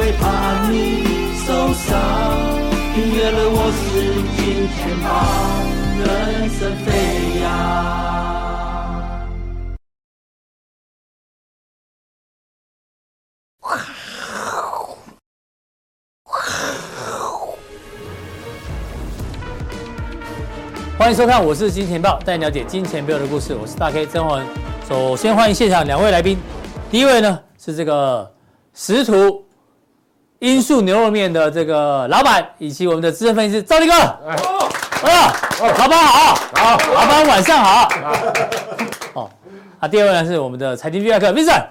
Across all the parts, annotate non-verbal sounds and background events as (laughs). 让你受伤。订阅了我是金钱豹，人生飞扬。欢迎收看，我是金钱豹，带你了解金钱背后的故事。我是大 K 曾焕文。首先欢迎现场两位来宾，第一位呢是这个石图因素牛肉面的这个老板，以及我们的资深分析师赵力哥。啊，老板好，好，老板晚上好。哦，啊，第二位呢是我们的财经专家课 Vincent。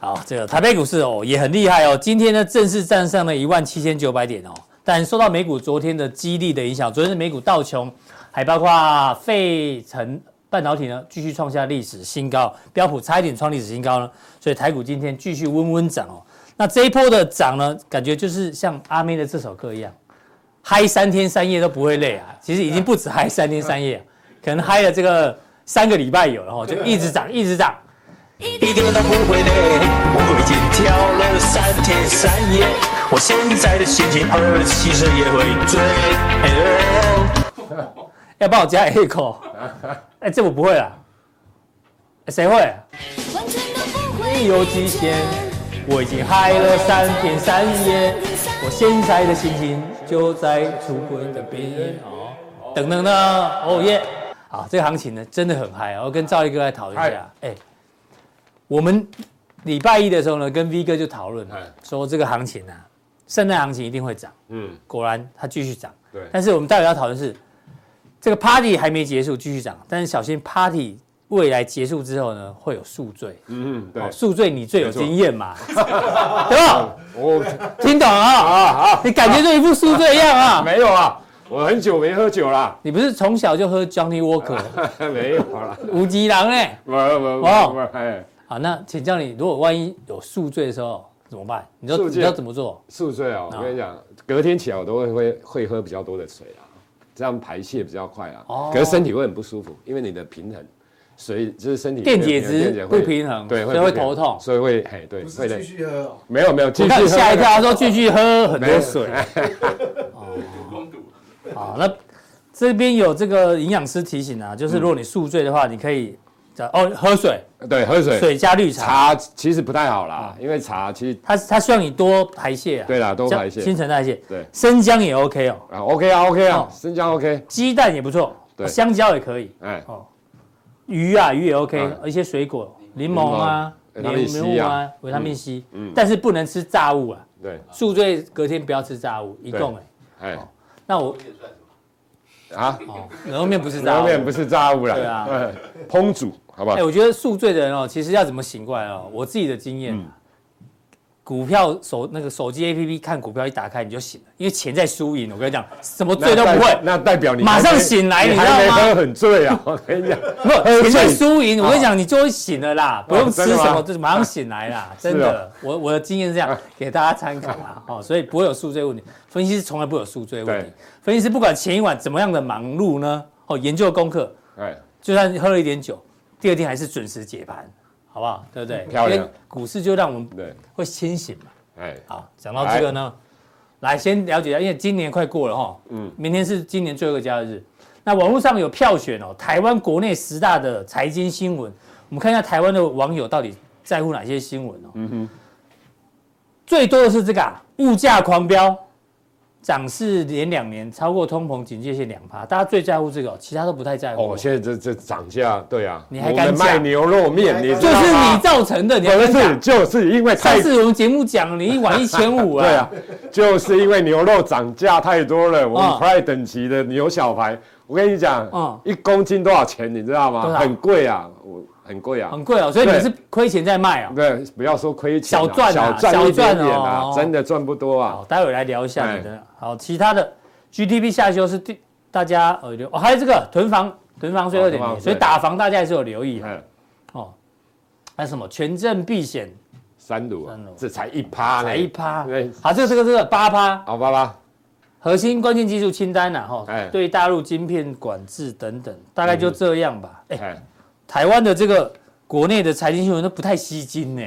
好，这个台北股市哦也很厉害哦，今天呢正式站上了一万七千九百点哦。但受到美股昨天的激励的影响，昨天的美股道琼，还包括费城半导体呢继续创下历史新高，标普差一点创历史新高呢，所以台股今天继续温温涨哦。那这一波的涨呢，感觉就是像阿妹的这首歌一样，嗨三天三夜都不会累啊。其实已经不止嗨三天三夜、啊，可能嗨了这个三个礼拜有了哦，就一直涨一直涨。一点都不会累，我已经跳了三天三夜，我现在的心情二七十也会醉。哎呦要帮我加 A 口？哎、这我不会啦。哎谁会、完全都不会有极限，我已经嗨了三天三夜，我现在的心情就在出轨的边缘哦，等等呢，哦耶！好，这个行情呢真的很嗨哦，我跟赵一哥来讨论一嗨下。哎，我们礼拜一的时候呢，跟 V 哥就讨论了嗨，说这个行情啊，圣诞行情一定会涨，嗯，果然它继续涨。对，但是我们待会要讨论是，这个 party 还没结束，继续涨，但是小心 party 未来结束之后呢，会有宿醉。嗯，对哦，宿醉你最有没错经验嘛， (laughs) 对吧？我听懂啊？啊啊，你感觉就一副宿醉一样啊？没有啊，我很久没喝酒啦， (laughs) 你不是从小就喝 Johnny Walker (laughs) 没有啦，无极狼嘞？不哦不不不，哎，好，那请教你，如果万一有宿醉的时候怎么办？你知道宿你醉知道怎么做？宿醉哦，我跟你讲，隔天起来我都会会会喝比较多的水啦，这样排泄比较快啦，哦可是身体会很不舒服，因为你的平衡。水就是身体电解质电会不平衡对，所以会不平衡头痛所以会嘿对，不会是继累。续喝哦，没有没有，继我续看喝吓一跳，那他个说继续喝很没多有水。哦好，那这边有这个营养师提醒啊，就是嗯如果你宿醉的话，你可以哦喝水，对，喝水水哦加绿茶，茶其实不太好啦，因为茶其实它它希望你多排泄啊，对啦，多排泄像新陈代谢，对生姜也 OK 哦，啊，OK 啊，OK 哦啊，生姜 OK，鸡蛋也不错，对香蕉也可以，哎，鱼啊鱼也 OK，嗯一些水果，柠檬啊，柠檬维他命 C 啊啊，维他命 C，嗯但是不能吃炸物啊，对，宿醉隔天不要吃炸物，一共哎，哎，那我啊，哦，牛肉面不是炸牛物，面不是炸物啦，对啊哎， (laughs) 烹煮，好不好哎、？我觉得宿醉的人哦，其实要怎么醒过来哦？我自己的经嗯验啊、股票手那个手机 APP 看股票一打开你就醒了，因为钱在输赢。我跟你讲，什么那醉都不代会，那代表你马还上没醒来你知还没道吗喝很醉啊， (laughs) 我跟你讲，不哎钱在输赢。我跟你讲，你就会醒了啦，不用吃啊真的吗什么，就是马上醒来 (laughs) 啦。真是的哦，我我的经验是这样，给大家参考啦。哦，所以不会有宿醉问题。分析师从来不会有宿醉问题对。分析师不管前一晚怎么样的忙碌呢，哦，研究功课，哎，就算喝了一点酒，第二天还是准时解盘，好不好？对不对？嗯漂亮因为股市就让我们对，会清醒嘛。哎，好，讲到这个呢，来先了解一下，因为今年快过了哈，嗯，明天是今年最后一个交易日。那网络上有票选哦，台湾国内十大的财经新闻，我们看一下台湾的网友到底在乎哪些新闻哦。嗯哼，最多的是这个、啊、物价狂飙，涨势连两年超过通膨警戒线两趴，大家最在乎这个哦、其他都不太在乎。哦，现在这这涨价，对啊，你还我敢们讲卖牛肉面，你知就道是你吗？造成的，你要不跟是，讲。就是因为上太次我们节目讲你一碗一千五啊， (laughs) 对啊，就是因为牛肉涨价太多了，我们嗯 Pride 等级的牛小排，我跟你讲，嗯一公斤多少钱，你知道多吗？少很贵啊，我很贵啊。很贵哦，所以你对是亏钱在卖哦。对，不要说亏钱啊，小赚啊小赚一点小赚点哦啊，真的赚不多啊好，。待会来聊一哎下你的。好，其他的 GDP 下修是第大家呃留，哦，还有这个囤房囤房税二哦点囤房零，税所以打房大家还是有留意啊嗯，哦。还有什么权证避险三卢啊三卢，这才一趴才呢，一趴对，好，这个这个这个八趴，好吧吧，核心关键技术清单呐、啊哈、哎嗯对大陆晶片管制等等，大概就这样吧。哎、哎， (laughs) 台湾的这个国内的财经新闻都不太吸睛呢。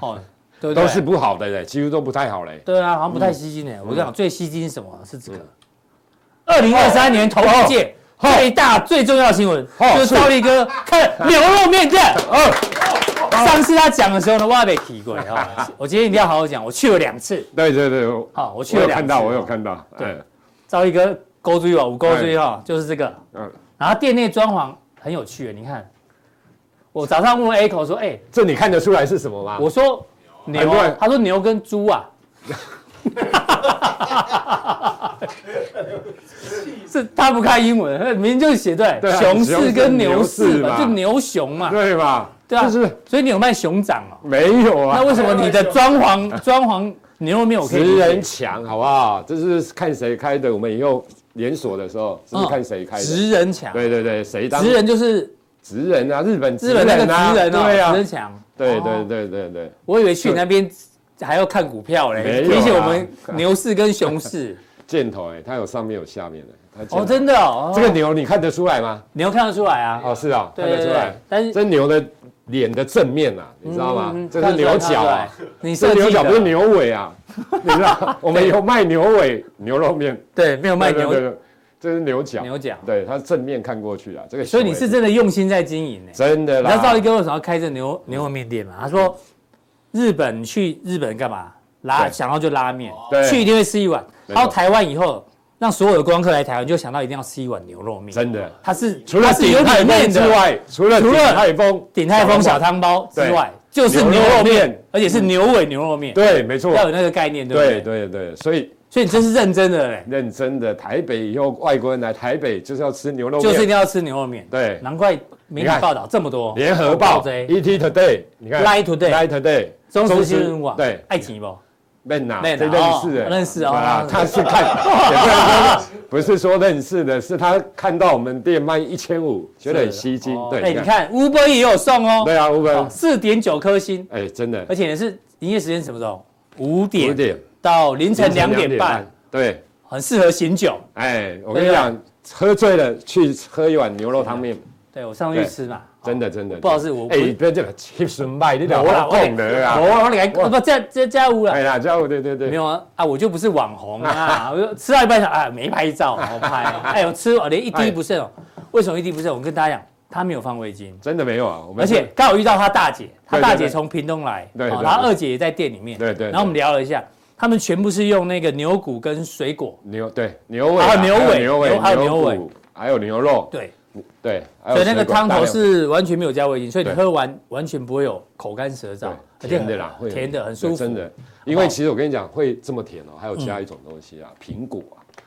哦，对不对都是不好的嘞，几乎都不太好嘞。对啊，好像嗯不太吸睛哎。我跟你讲，最吸睛是什么？是这个。二零二三年投资界哦最大最重要的新闻，哦就是是赵力哥看牛肉面店。 (laughs) 哦，上次他讲的时候呢，我也没提 (laughs) 过哈。我今天一定要好好讲，我去了两次。对对对，我好我去我了有两看到，次我有哦看到，对嗯赵力哥勾追哦，我勾追哈，就是这个。嗯，然后店内装潢很有趣，你看，我早上问 A 口说，哎、这你看得出来是什么吗？我说牛哎啊对，他说牛跟猪啊，是他不看英文，明明就写对对啊熊市跟牛牛市市嘛，嘛就牛熊嘛，对吧？对啊，就是所以你有卖熊掌哦，没有啊那，为什么你的装 (laughs) 潢装潢牛肉面我可以职理解人强，好不好？这是看谁开的，我们以后连锁的时候是嗯看谁开的。职人强，对对对，谁当职人就是职人啊？日本日本那个啊职人哦，对职啊，人强，对哦对对对对，我以为去你那边还要看股票嘞，没有啊提醒我们牛市跟熊 (laughs) 市。箭头哎，它有上面有下面的，它箭头哦，真的哦，这个牛你看得出来吗？牛看得出来啊。哦，是啊，对看得出对来对，但是这牛的脸的正面啊，你知道吗嗯？这是牛角，看得，出啊来你这设牛计角不是的，牛尾 (laughs) 啊，你知道？我们有卖牛尾牛肉面，对， (laughs) 没有卖对对牛对对这是牛角，牛角，对，它正面看过去啊，这个所以行你为是真的用心在经营呢。欸真的你啦，知道赵力哥为什么要开这牛嗯牛肉面店吗？他说日本去日本干嘛？拉对哦想到就拉面，对去一定会吃一碗。没错到台湾以后，让所有的观光客来台湾就想到一定要吃一碗牛肉面。真的，它是除了它是有鼎泰点面丰之的，外，除了除鼎了泰丰、鼎泰丰小，汤包之外，就是牛牛肉肉面面，嗯而且是牛尾牛肉面，对，没错，要有那个概念，对不对对？对对，所以所以你真是认真的嘞，认真的，台北以后外国人来台北就是要吃牛肉就是一定面，要吃牛肉面。对难怪媒体你看报道这么多。联合报、这 ET Today，你看 Line 哦 Today Line Today，中时新闻网，对，爱情不？认呐， Ren 啊这认识哦的，认识哦对啊哦他是 (laughs) 看，也不能说不是说认识的，是他看到我们店卖一千五，觉得很吸睛哦，哎，对，你，看 Uber 也有送哦，对啊，吴哦，文，四点九颗星，哎，真的而，且呢是营业时间什么时候？五有点点到凌晨两点半，，对。很适合醒酒。哎，我跟你讲，喝醉了去喝一碗牛肉汤面，啊对我上去对吃嘛，真的真的。不好意思我哎，别这个吃什么你老啦老讲的我啊！我来不这这家屋啊了哎。呀，叫对对对，没有啊啊！我就不是网红啊！ (laughs) 我就吃到一半想啊，没拍照，好拍啊！哎，我吃我连一滴不剩哦。为什么一滴不剩？我跟大家讲，他没有放味精，真的没有啊。我们而且刚好遇到他大姐，他对对大姐对从屏东来，对哦对然后对二姐也在店里面，对对对然后我们聊了一下，他们全部是用那个牛骨跟水果，牛对牛尾啊，还有牛尾还有牛牛尾，还有牛牛尾骨，还有牛肉，对，对，所以那个汤头还有水果是完全没有加味精，所以你对喝完完全不会有口干舌燥，对而且甜的啦，很会甜的很对舒服，嗯真的，因为其实我跟你讲，会这么甜哦，还有加一种东西啊，苹果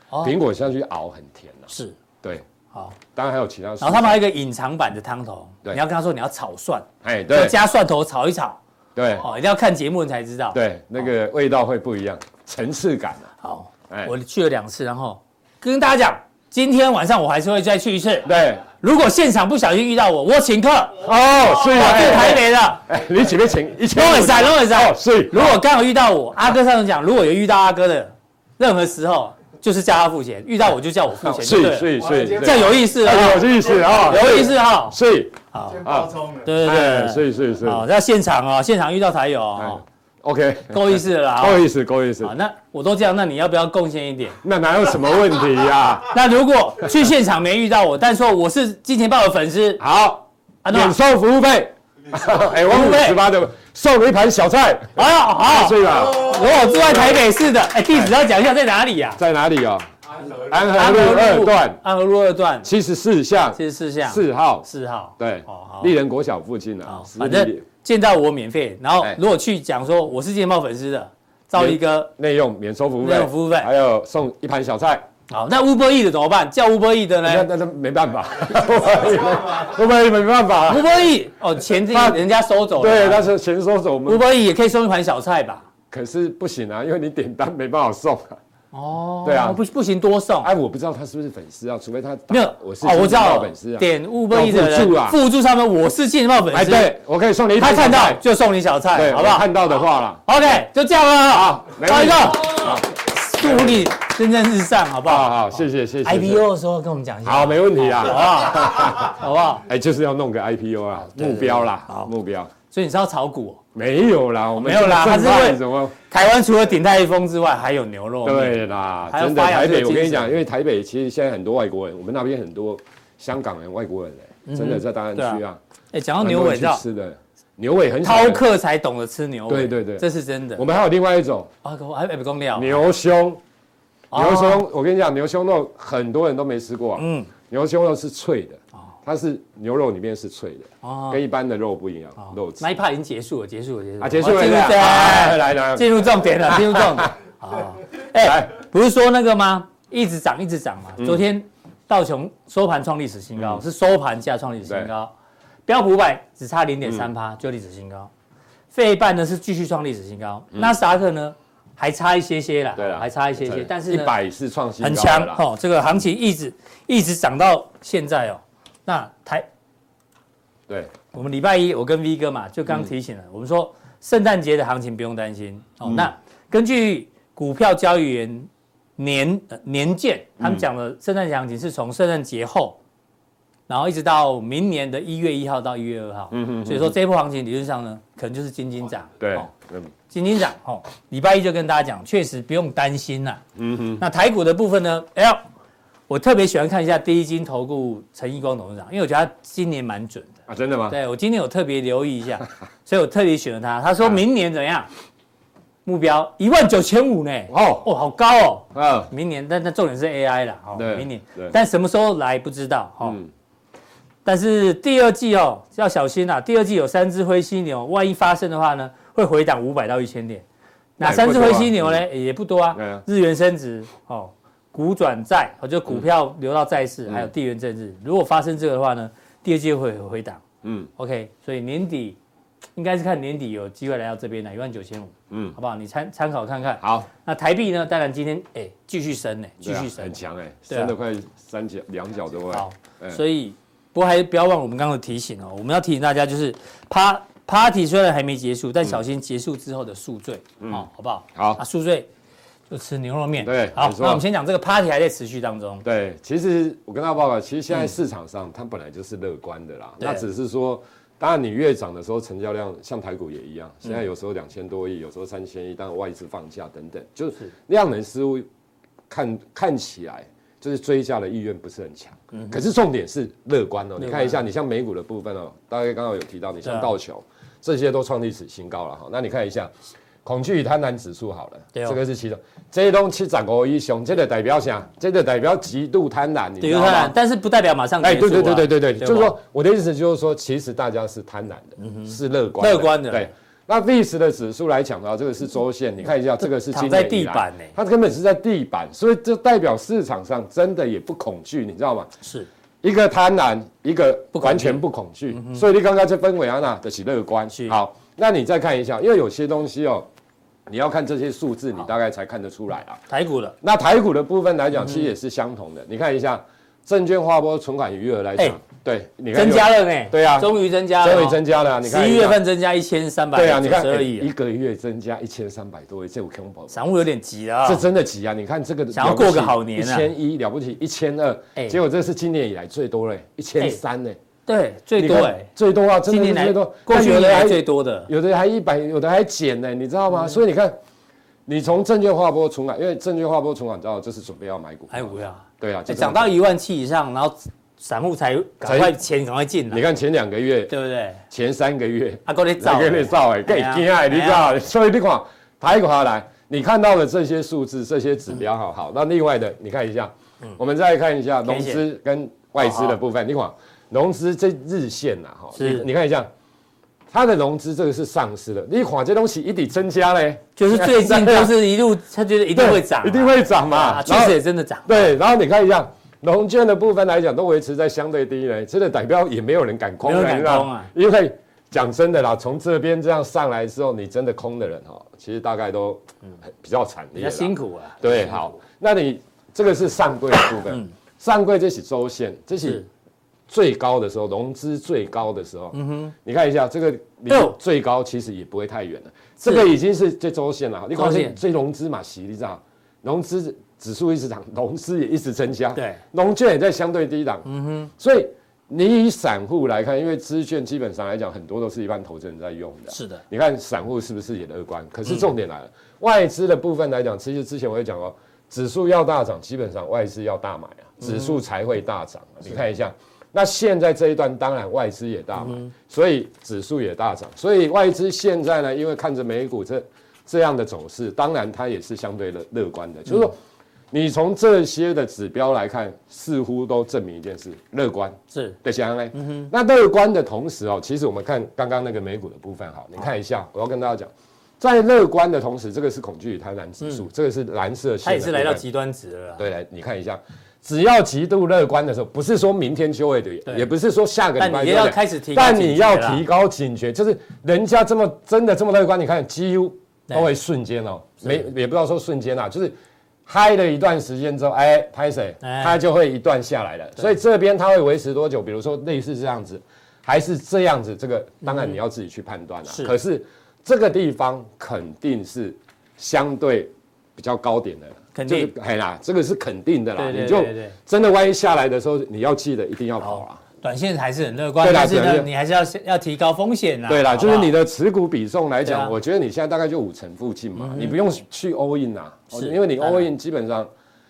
哦啊，苹果下去熬很甜啊。是对，好。当然还有其他蔬菜。然后他们还有一个隐藏版的汤头，你对要跟他说你要炒蒜，哎要对加蒜头炒一炒，对哦，一定要看节目你才知道。，对，那个味道会不一样，层次感啊。好哎，我去了两次，然后跟大家讲，今天晚上我还是会再去一次。对，如果现场不小心遇到我，我请客，哦，是我啊，去台北，北的，哎，你几边请一千都很闪，都很闪哦，。是，如果刚好遇到我，阿哥上次讲，如果有遇到阿哥的，任何时候就是叫他付钱，遇到我就叫我付钱，就对是了是是，哎这样有意思啊，有意思啊，有意思啊，是，好，啊爆冲了。对对哎，对，是是是好，那现场啊，现场遇到才有哦， ，OK，够意思了啦啊。哎够意思，够意思好，，那我都这样，那你要不要贡献一点？那哪有什么问题呀？ (laughs) 那如果去现场没遇到我，但说我是金钱豹的粉丝，好，啊，那免收服务费， (laughs) 哎，我务五费十八的送你一盘小菜，啊好哎好，是吧？如果住在台北 (laughs) 市的，哎，地址要讲一下在哪里呀？在哪里哦？安安和路二段安和路二段七十四巷七十四巷四号，四号。对哦好，丽人国小附近啊好，，十反里正见到我免费。然后哎如果去讲说我是健豹粉丝的，赵力哥，内用免收服务费，内用服务费还有送一盘小菜。好，那 Uber E 的怎么办？叫 Uber E 的那呢那那没 (laughs) 办法，我们没办法。啊？Uber E 哦，钱自己那人家收走了。对，但是钱收走，我们 Uber E 也可以送一盘小菜吧？可是不行啊，因为你点单没办法送啊。哦，对啊不不行多送。哎，我不知道他是不是粉丝啊，除非他打没有，我是哦，我知道了粉丝啊。点 Uber E 要的附注人啊附注上面我是劲爆粉哎，丝，对，我可以送你一他盘小看到菜，就送你小菜，对，好不好看到的话啦， ？OK，就这样了，好，没赵问一题个，祝福你蒸蒸日上，好不好好好，谢谢谢谢。 ？IPO 的时候跟我们讲一下，好，没问题好不啊。好？好不好？哎，就是要弄个 IPO 啊，目标啦，好目标。所以你是要炒股、哦？没有啦，我们没有啦这他么是正派为怎么？台湾除了鼎泰丰之外，还有牛肉面。对啦，还要真的发扬台这个北，我跟你精神讲，因为台北其实现在很多外国人，我们那边很多香港人、外国人哎，真的在大安嗯对区啊，哎，讲到牛尾，很知多人道去吃的牛尾很少饕人。客才懂得吃牛尾，对对对这是真的我。们还有另外一种啊，我还还没讲了，牛胸，哦牛胸，我跟你讲，牛胸肉很多人都没吃过啊。嗯，牛胸肉是脆的，它是牛肉里面是脆哦的，跟一般的肉不一样，肉质那一趴已经结束了，结束了，结束了啊，结束了进入对不对啊对来 (laughs) 来，进入重 (laughs) 点了，进入重点。好， (laughs) 哎来，嗯不是说那个吗？一直涨，一直涨嘛。昨天道琼收盘创历史新高，是收盘价创历史新高。标普五百只差零点嗯三趴就历史新高，费半呢是继续创历史新高，纳斯达克呢还差一些些啦，嗯对啦还差一些些，但是一呢百是创新很高强的啦。哦，这个行情一直一直涨到现在哦。那台对，我们礼拜一我跟 V 哥嘛，就嗯刚提醒了，我们说圣诞节的行情不用担心哦。嗯那根据股票交易员年、呃年鉴，嗯他们讲的圣诞节行情是从圣诞节后，然后一直到明年的一月一号到一月二号，嗯哼嗯所以说这波行情理论上呢，可能就是金金涨，对哦，嗯金金涨哦。礼拜一就跟大家讲，确实不用担心啦、嗯哼，那台股的部分呢？哎呦，我特别喜欢看一下第一金投顾陈义光董事长，因为我觉得他今年蛮准的。啊，真的 (laughs) 吗？对我今天有特别留意一下，所以我特别选了他。他说明年怎样？目标一万九千五呢？哦，哦，好高哦！嗯，明年，但但重点是 AI 啦，哦，对明年对，但什么时候来不知道，哦。嗯但是第二季哦，要小心啦、第二季有三只灰犀牛，万一发生的话呢，会回档五百到一千点。哪那也三不只多啊灰犀牛呢？也不多啊对啊，日元升值哦，股转债，哦，就股票流到债市，嗯还有地缘政治。如果发生这个的话呢，第二季会有回档。嗯 OK，所以年底应该是看年底有机会来到这边的一万九千五，嗯，好不好？你参参考看看。好，那台币呢？当然今天哎继续升呢，继对啊续升很。强哎，对啊升了快三角两角多好啊。，嗯所以不过还是不要忘我们刚刚的提醒哦，我们要提醒大家就是趴 party 虽然还没结束，但小心结束之后的宿醉，哦，好不好？嗯好啊，宿醉就吃牛肉面。对好没，错那我们先讲这个 party 还在持续当中，对，其实我跟大家报告，其实现在市场上它本来就是乐观的啦，对那只是说，当然你越涨的时候，成交量像台股也嗯一样，现在有时候两千多亿，有时候三千亿，当然外资放假等等，就是量能似乎看看起来就是追价的意愿不是很强，嗯可是重点是乐观哦。你看一下，你像美股的部分哦，大概刚刚有提到，你对啊像道琼这些都创历史新高了哈，那你看一下。恐惧与贪婪指数好了，对哦这个是其中，这东七十五以上，这个代表啥？这个代表极度贪婪，你对，知当道然，吗？但是不代表马上结哎，束啊。对对对对对对，吧嗯就是说我的意思就是说，其实大家是贪婪的，是乐观乐观的对。那 VIX 的指数来讲的话，这个是周线，你看一下，这个是躺今年在地以来板呢它根本是在地板，所以这代表市场上真的也不恐惧，你知道吗？是一个贪婪，一个恐惧嗯完全不恐惧，所以你刚刚这氛围啊，那的是乐观是。好，那你再看一下，因为有些东西哦，你要看这些数字，你大概才看得出来啊。台股了，那台股的部分嗯来讲，其实也是相同的。你看一下，证券划拨存款余额来哎讲，对，你看增有加了呢。对啊终于增加了哦，终于增加了啊。你看十一月下份增加一千三百对啊，九你看十二哎亿一啊，个月增加一千三百多亿，这我 c o m b 散户有点急了啊这。真的急啊！你看这个想要过个好年啊一千一了不起，一千哎二，结果这是今年以来最多嘞，一千三嘞，对，最多你看哎，最多啊，真今的是年来最多，过去但有年的来还最多嗯的。有的还一百，有的还减呢，你知道吗？所以你看，你从证券划拨存款，因为证券划拨存款，你知道就是准备要买股票，还有股票啊。对啊，就哎这涨样到一万七以上，然后散户才赶快钱赶快进来你，看前两个月、对不对？前三个月，啊，够你哪造，个月造哎，更啊惊哎，你知哎道？所以你看，台股下来，你看到的这些数字、这些指嗯标，好好。那另外的，你看一下，我们再看一下融资跟外资的部分。你看融资这日线呐，哈，是你你看一下。它的融资这个是上市的，你看这东西一直增加嘞，就是最近 (laughs) 就是一路，他觉得一一定会涨啊，一定会涨嘛啊，。确然后实也真的涨，对，然后你看一下龙券的部分来讲，都维持在相对低嘞，这个代表也没有人敢空没有了，人你知敢道空啊因为讲真的啦，从这边这样上来之后，你真的空的人哈，其实大概都比较惨嗯比烈，较辛。苦啊。对，好，那你这个是上柜的部分，上柜这是周线，这是嗯是最高的时候，融资最高的时候，嗯哼，你看一下这个离哎呦最高其实也不会太远了，这个已经是这周线了，你看周这线这融资嘛，洗你知道，融资指数一直涨，融资也一直增加，对，融券也在相对低档，嗯哼，所以你以散户来看，因为资券基本上来讲，很多都是一般投资人在用的。是的，你看散户是不是也乐观？可是重点来了，外资的部分来讲，其实之前我也讲哦，指数要大涨，基本上外资要大买啊，嗯指数才会大涨、啊。你看一下，那现在这一段当然外资也大买，啊嗯所以指数也大涨，所以外资现在呢，因为看着美股这这样的走势，当然它也是相对乐乐观的，嗯就是说。你从这些的指标来看，似乎都证明一件事：乐观。是对，想嘞。嗯那乐观的同时哦，其实我们看刚刚那个美股的部分，好，你看一下，我要跟大家讲，在乐观的同时，这个是恐惧与贪婪指数，这个是蓝色线，嗯它也是来到。极端值了啦。啊对，来你看一下，只要极度乐观的时候，不是说明天就会的，也不是说下个礼拜但你就会要开始提高但警你觉要啦提高警觉，就是人家这么真的这么乐观，你看几乎都会瞬间哦，没也不知道说瞬间啊，就是。嗨了一段时间之后，哎，拍谁？哎它就会一段下来了。所以这边它会维持多久？比如说类似这样子，还是这样子？这个当然你要自己去判断了、是可是这个地方肯定是相对比较高点的了，肯定就是哎啦，这个是肯定的啦。对对对你就对对真的万一下来的时候，你要记得一定要跑啊。短线还是很乐观，对啦但是短呢，线你还是要要提高风险啦。对啦，好不就好是你的持股比重来对啊嗯讲，我觉得你现在大概就五成附近嘛，你不用去 all in 啦，哦是因为你当 all 然 in 基本上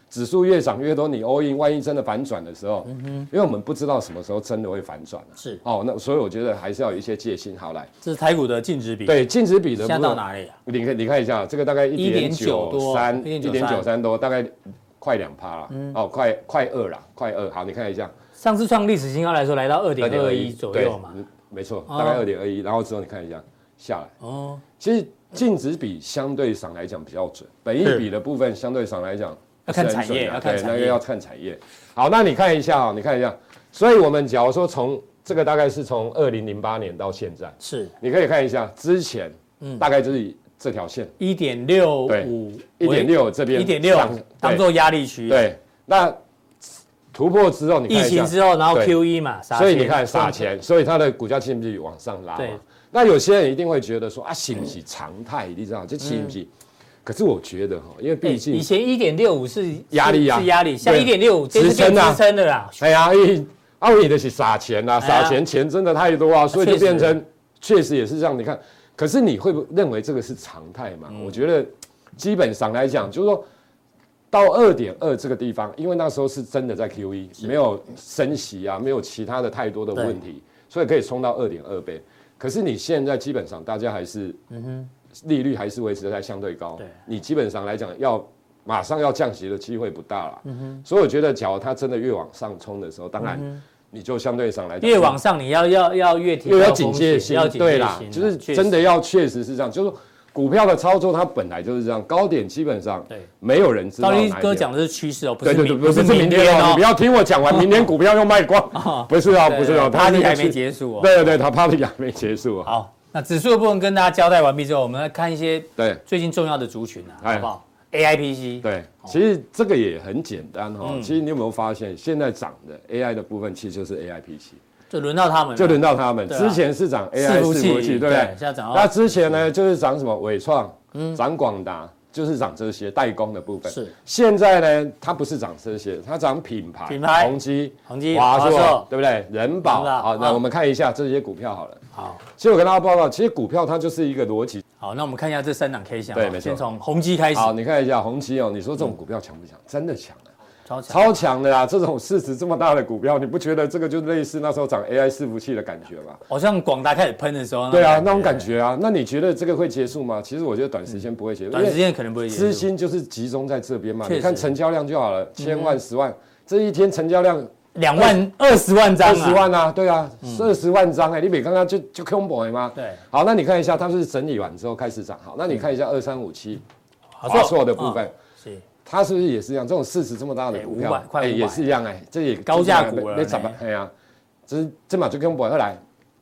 指数越涨越多，你 all in 万一真的反转的时候，因为我们不知道什么时候真的会反转啊嗯是哦，那所以我觉得还是要有一些戒心好来。这是台股的净值比，，对，净值比的现部在到分哪里啊？你看，你看一下，这个大概一点1.9九多三，一点九1.93三多，大概快两趴了，嗯哦，快快二啦，快二。好，你看一下，上次创历史新高来说，来到二点二一左右嘛。，对嗯没错，哦大概二点二一。然后之后你看一下下来，哦，其实净值比相对上来讲比较准，本益是比的部分相对上来讲要看不是很产业准要啊看对，产业那个要看产业。好，那你看一下啊，你看一下，所以我们假如说从这个大概是从二零零八年到现在，是你可以看一下之前，嗯大概就是这条线。一点六对五，一点六这边一点六上对当做压力区。，对，那突破之后，你疫看一情下，之后，然后对 Q E 嘛，撒所以你钱看 (laughs) 撒，钱，所以它的股价是不是往上拉对嘛？那有些人一定会觉得说啊，是不是常态？你知道这是不是？可是我觉得哈，因为嗯哎毕以竟，前一点六五是压力啊是是压力，现在一对点六五这是变支撑啊支撑的啦。哎呀，一奥你的是撒钱啊，哎呀撒钱钱真的太多啊，所以就确实变成确实也是这样。你看，可是你会不会认为这个是常态嘛？嗯我觉得基本上来讲，就是说。到二点二这个地方，因为那时候是真的在 Q E，没有升息啊，没有其他的太多的问题，所以可以冲到二点二倍。可是你现在基本上大家还是，利率还是维持在相对高嗯对，你基本上来讲要马上要降息的机会不大了。嗯所以我觉得，假如它真的越往上冲的时候，当然你就相对上来讲越往上你要要要越提高又要风警险戒心要，警戒对啦心啊，就是确真实的要确实是这样，就是说股票的操作它本来就是这样，高点基本上对没有人知道高哪力一哥天讲的是趋势哦，不对是对对，明不是明天哦，你不要听我讲完，明天股票又卖 (laughs) 光，不是哦，对不是对哦， party 那个还没是结束哦对对对，他 party 还没结束哦，好，那指数的部分跟大家交代完毕之后，我们来看一些对最近重要的族群啊，哎好不好？AIPC，对，其实这个也很简单哈、嗯其实你有没有发现，现在涨的 AI 的部分其实就是 AI PC，就轮到他们了，就轮到他们。对啊之前是涨伺 AI 服器伺服器，对对不对？现在哦嗯涨到那之前呢，就是涨什么伟创，涨广达，就是涨这些代工的部分。嗯是。现在呢，它不是涨这些，它涨品牌，品牌宏基、宏基华华硕硕，对不对？人人保。保好，啊那我们看一下这些股票好了。好。其实我跟大家报告，其实股票它就是一个逻辑。好，那我们看一下这三档 K 线啊，对没错先从宏基开始，好，你看一下宏基哦，你说这种股票强不强？真的强啊！超强，超强的啦！啊这种市值这么大的股票，你不觉得这个就类似那时候涨 AI 伺服器的感觉吗？好像广达开始喷的时候，对啊，那种感觉啊。那你觉得这个会结束吗？其实我觉得短时间不会结嗯束，短时因为间可能不会结束资金就是集中在这边嘛。确实嗯你看成交量就好了，千万、十万，这一天成交量两万二十万张二啊，十万啊，对啊，二十万张哎，你比刚刚就就 combo 的吗？嗯对好，那你看一下，它是整理完之后开始涨。好，那你看一下二三五七华华硕的部分。嗯是它是不是也是一样？这种市值这么大的股哎票500，快500也是一样哎、这也高价股了那怎么呢？哎呀，这这嘛就跟我二来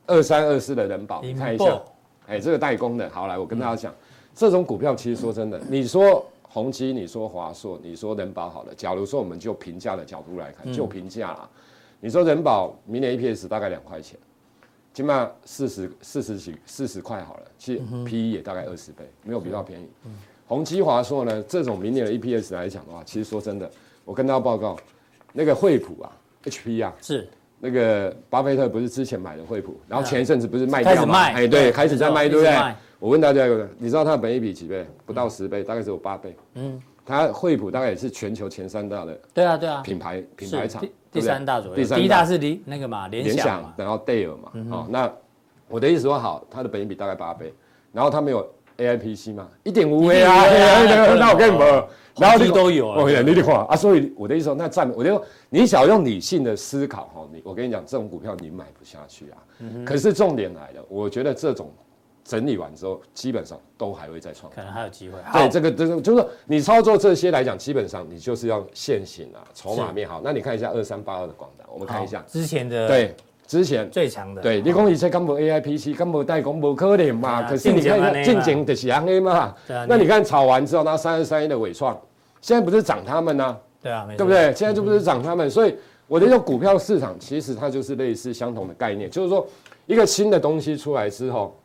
二三二四的人保，你看一银下保，嗯哎，这个代工的，好来，我跟大家讲，这种股票其实说真的，你说宏基，你说华硕，你说人保好了，假如说我们就评价的角度来嗯看，就评价啦，你说人保明年 EPS 大概两块钱。起码四十四十几四十块好了，其嗯实 P E 也大概二十倍，没有比较便宜。宏基华硕呢，这种明年的 EPS 来讲的话，其实说真的，我跟大家报告，那个惠普啊、HP 啊，是那个巴菲特不是之前买了惠普，然后前一阵子不是卖哎开始掉嘛？卖哎，对，对开始在卖，没错对不一对直卖？我问大家一个，你知道它的本益比几倍？不到十倍，大概只有八倍。嗯嗯，它惠普大概也是全球前三大的对啊，对啊，品牌品是牌厂第，对第不对三大左右，第三第一大是联那个嘛，联联想想嘛，，然后戴尔嘛，哦，那我的意思说好，它的本益比大概八倍，然后他们有 AIPC 嘛，一点五 A 啊， (laughs) 那我跟你们，然后我讲你的话啊，所以我的意思说，那占，我就说你想用理性的思考哈，你我跟你讲，这种股票你买不下去啊，可是重点来了，我觉得这种整理完之后，基本上都还会再创。可能还有机会。好对，，这个就是就是说你操作这些来讲，基本上你就是要现行啊，筹码面好。那你看一下二三八二的广达，我们看一下好，之前的对，之前最强的，对，你讲以前根本 AIPC 根本代工不可能嘛，对啊可是你看进前安 A 嘛看进前就是安 A 嘛对啊，那你你看炒完之后，那三十三亿的伟创，现在不是涨他们呢、对啊，没错对不？对？现在就不是涨他们，所以我的这种股票市场其实它就是类似相同的概念，就是说一个新的东西出来之后，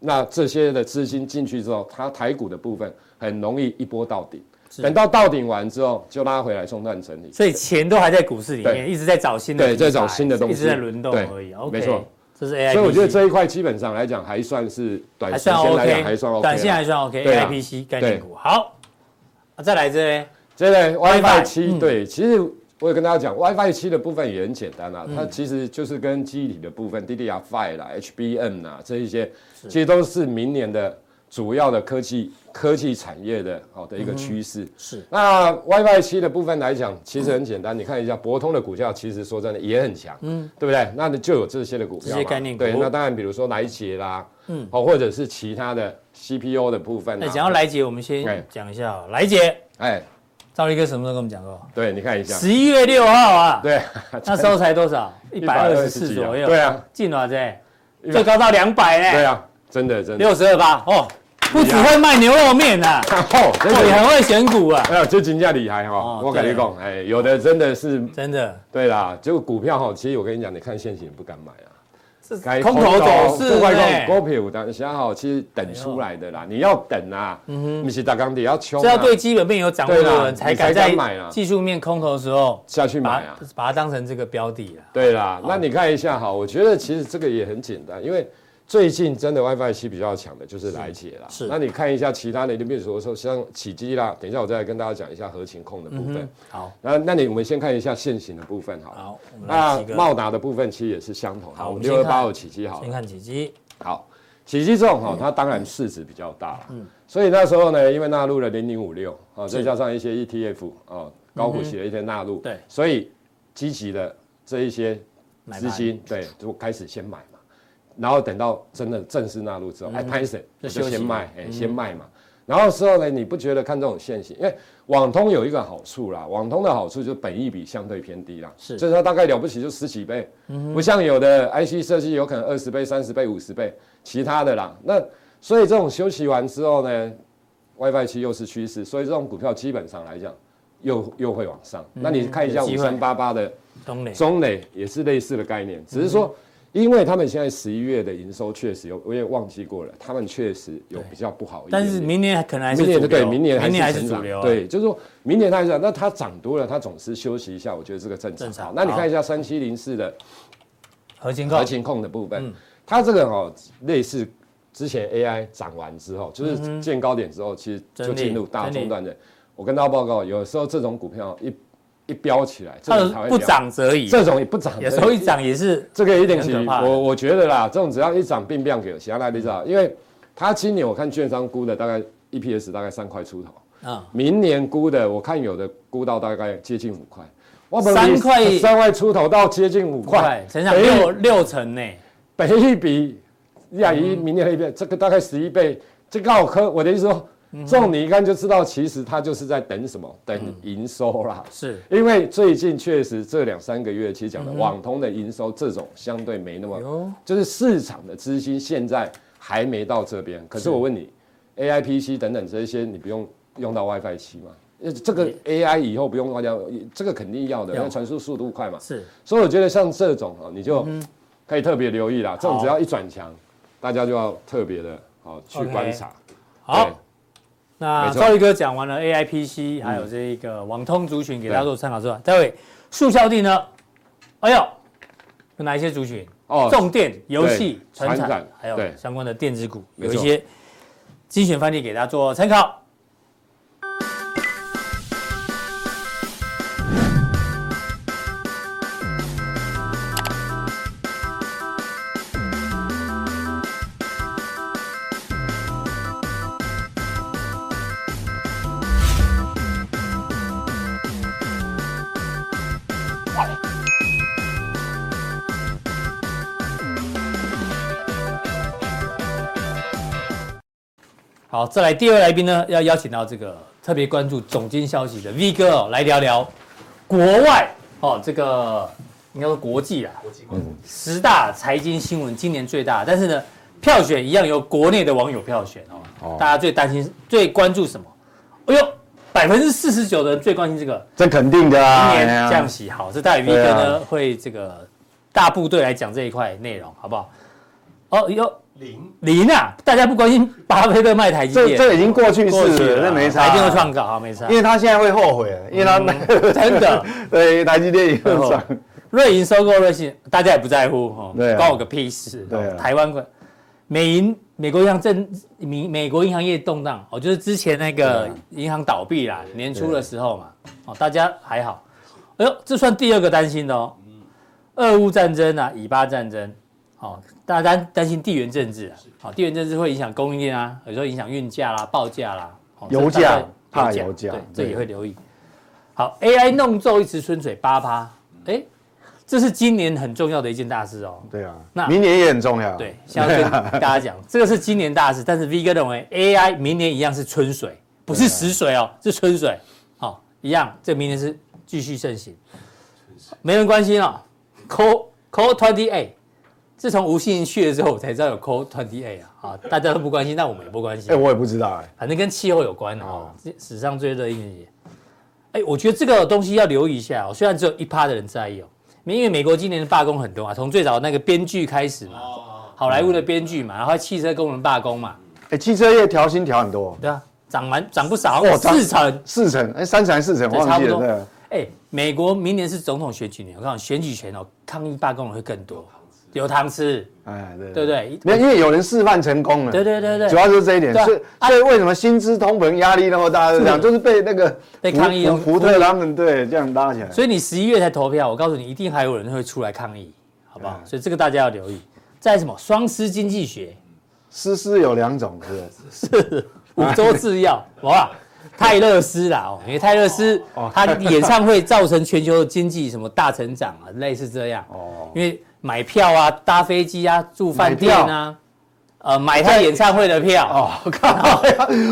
那这些的资金进去之后，它台股的部分很容易一波到顶，等到到顶完之后就拉回来中断整理。所以钱都还在股市里面，对一直在找新的题材，对在找新的东西一直在轮动对而已。OK，没错，这是 AI，所以我觉得这一块基本上来讲还算是短还时算间来 OK，讲还算 OK，短啦线还算 OK。对啊 IPC 概念股好，啊再来这嘞这个 WiFi 嗯 WiFi 七，对，其实我也跟大家讲，WiFi 七的部分也很简单嗯啊，它其实就是跟记忆体的部分，DDR Five 啦、HBM 啦这一些，其实都是明年的主要的科技科技产业的好的一个趋势。嗯是那 WiFi 七的部分来讲，其实很简单，你看一下博通的股价，其实说真的也很强，嗯，对不对？那你就有这些的股票这嘛些概念股对，那当然比如说来捷啦，嗯，哦，或者是其他的 CPU 的部分啊。那讲到来杰，我们哎先讲一下哦来杰，哎，赵力哥什么时候跟我们讲过？对，你看一下，十一月六号啊，对， (laughs) 那时候才多少？一百二十四124左右。对啊，进了这最高到两百嘞，对啊，真的真的。六十二八哦，不只会卖牛肉面啊， (laughs) 哦，真哦也的，很会选股啊，哎呀，这金价厉害哦哈！我跟你讲，哎，有的真的是真的。对啦，就股票哈，其实我跟你讲，你看现行不敢买啊。这该空头走势不管呢股票，但是好，其实等出来的啦，你要等啊，嗯哼，不是大钢铁要冲啊，这要对基本面有掌握对的啦人才你敢才在敢买啊技术面空头的时候下去把买它啊，把它当成这个标的啊了。对啦，那你看一下哈，我觉得其实这个也很简单，因为最近真的 WiFi 七比较强的就是来姐啦。是那你看一下其他的，就比如说像起基啦，等一下我再来跟大家讲一下核情控的部分。好，那那你我们先看一下现行的部分好了。嗯好，我们来那几个，茂达的部分其实也是相同的，好我们我们六二先看八二起基好了先。看几只，好，起基嗯重哦哈，它当然市值比较大啦，所以那时候呢，因为纳入了零零五六啊，再加上一些 ETF 啊，高股息的一些纳入，嗯对所以积极的这一些买资金，对，就开始先买嘛，然后等到真的正式纳入之后，哎，拍谁嗯就我休就息嗯先卖，哎，先卖嘛。然后之后呢，你不觉得看这种现行？因为网通有一个好处啦，网通的好处就是本益比相对偏低啦，是嗯就是它大概了不起就十几倍，不像有的 IC 设计有可能二十倍、三十倍、五十倍，其他的啦。那所以这种休息完之后呢，WiFi 七又是趋势，所以这种股票基本上来讲又又会往上。那你看一下嗯有机五会三八八的东磊中磊也是类似的概念，只是说，因为他们现在十一月的营收确实有，我也忘记过了，他们确实有比较不好一点但点。是明年可能还是明年主的流啊对，明年还明是年还是成主长流啊，对，就是说明年它还是那它涨多了，它总是休息一下，我觉得这个正常。正常好那你好看一下三七零四的核心核控情控的部嗯分，它这个哦类似之前 AI 涨完之后，就是见高点之后，其实就整理进入大嗯整理中段的。我跟大家报告，有时候这种股票一一飙起来，这它种才的会不飙，涨则已，这种也不涨，有时候一涨也是这个有点起很可怕我我觉得啦，这种只要一涨并不要给其他你知道，因为它今年我看券商估的大概 EPS 大概三块出头，啊，明年估的我看有的估到大概接近五块，哇不三块三块出头到接近五块快，成长等于六六成呢，本一比亚一明年的一倍，这个大概十一倍，这个好科，我的意思说，嗯这种你一看就知道，其实它就是在等什么，等营收啦。嗯是嗯因为最近确实这两三个月，其实讲的网通的营收这种相对没那哟么，就是市场的资金现在还没到这边。可是我问你，AIPC 等等这些，你不用用到 WiFi 七吗？呃这个 AI 以后不用要，这个肯定要的，因要为传输速度快嘛。是所以我觉得像这种啊，你就嗯可以特别留意啦。这种只要一转强，大家就要特别的好去 OK 观察。好对。，那没错嗯赵力哥讲完了 AIPC，还有这一个网通族群，给大家做参考之外，待会速效定呢？哎呦，有哪一些族群？哦重电、游戏、对船船产产，还有对相关的电子股，没有错一些精选范例给大家做参考。好，再来第二位来宾呢，要邀请到这个特别关注总经消息的 V 哥哦，来聊聊国外哦，这个应该说国际啊，嗯十大财经新闻今年最大，但是呢，票选一样由国内的网友票选哦，哦大家最担心、最关注什么？哎呦，百分之四十九的人最关心这个，这肯定的今啊，年哎呀降息好，这待会 V 哥对啊呢、会这个大部队来讲这一块内容，好不好？哦，有零零啊，大家不关心巴菲特卖台积这电，哦这已经过去过去式了，那没差，台积电会创高，好没差因，为他现在会后悔，因为他、嗯真的。 (laughs) 对台积电也会然后涨，瑞银收购瑞信，大家也不在乎哦，对啊关我个屁事。对啊哦台湾管美银美国银行政美美国银行业动荡哦，就是之前那个啊银行倒闭啦，年初的时候嘛，哦，大家还好。哎呦，这算第二个担心的哦，俄乌战争啊，以巴战争，哦，大家担担心地缘政治啊，哦，地缘政治会影响供应链啊，有时候影响运价啦、报价啦，哦油这大家价怕油价对，这对也会留意。好，AI 弄皱一池春水八趴，哎，这是今年很重要的一件大事哦。对啊那，明年也很重要，对，现在要跟大家 (laughs) 讲，这个是今年大事，但是 V 哥认为 AI 明年一样是春水，不啊是死水哦，是春水，哦，一样，这明年是继续盛行，没人关心哦。Co Co Twenty A，自从吴信去了之后，我才知道有 Co Twenty A 啊，啊，大家都不关心，但我们也不关心哎、，我也不知道哎、反正跟气候有关的哦，史上最热的一年也。哎，我觉得这个东西要留意一下哦，虽然只有一趴的人在意哦，因为美国今年的罢工很多啊，从最早那个编剧开始嘛，好莱坞的编剧嘛，然后汽车工人罢工嘛，哎、汽车业调薪调很多，对啊，涨蛮涨不少，哦涨四成，四成，哎、三成还是四成，对忘差不记多了，对啊，哎，美国明年是总统选举年，我看选举前哦，抗议罢工人会更多，有糖吃，哎，对对不对？没有，因为有人示范成功了，对对对对主要就是这一点，对啊所以啊所以为什么薪资通膨压力那么大，就这样，就是被那个被福抗议福用福特他们对这样拉起来，所以你十一月才投票，我告诉你，一定还有人会出来抗议，好不好？对所以这个大家要留意。再来什么双师经济学，思思有两种，是不是？五啊洲制药，哇，泰勒斯啦，哦，因为泰勒斯他演唱会造成全球的经济什么大成长啊，类似这样。哦哦，因为买票啊，搭飞机啊，住饭店啊，呃，买他演唱会的票， (laughs) 哦，哦，靠！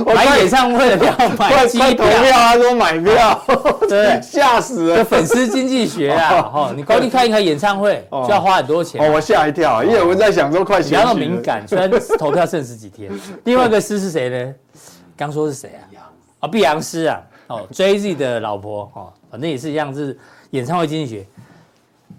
我买快演唱会的票，买快机快投票，他说买票， (laughs) 对 (laughs) 吓死这了！粉丝经济学啊，哦，你光去看一个演唱会就要花很多钱啊。哦，我吓一跳，因为我在想说快不选要举那了么敏，感，虽然投票剩十几 (laughs) 天。另外一个诗是谁呢？刚说是谁啊？啊，碧昂斯啊，哦，Jay Z 的老婆哦，反正也是一样，是演唱会经济学。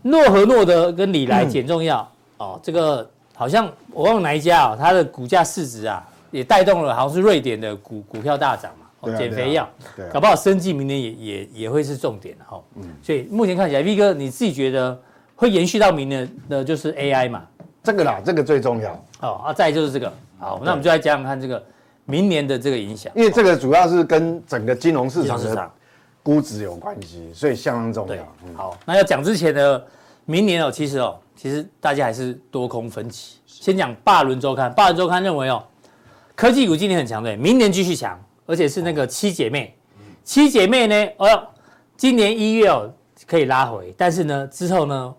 诺和诺德跟李来减重药哦，这个好像我忘了哪一家哦，它的股价市值啊也带动了，好像是瑞典的股股票大涨嘛。哦对啊减肥药对啊对，嗯啊搞不好生计明年也也也会是重点哈。所以目前看起来，V 哥你自己觉得会延续到明年的就是 AI 嘛？这个啦，这个最重要，哦，啊，再来就是这个，好，那我们就来讲讲看这个明年的这个影响，因为这个主要是跟整个金融市市场场市场的，估值有关系，所以相当重对啊要。，好，那要讲之前呢，明年哦，其实哦，其实大家还是多空分歧。先讲《霸伦周刊》，《霸伦周刊》认为哦，科技股今年很强，对，明年继续强，而且是那个七姐妹，七姐妹呢，哦哟，今年一月哦可以拉回，但是呢之后呢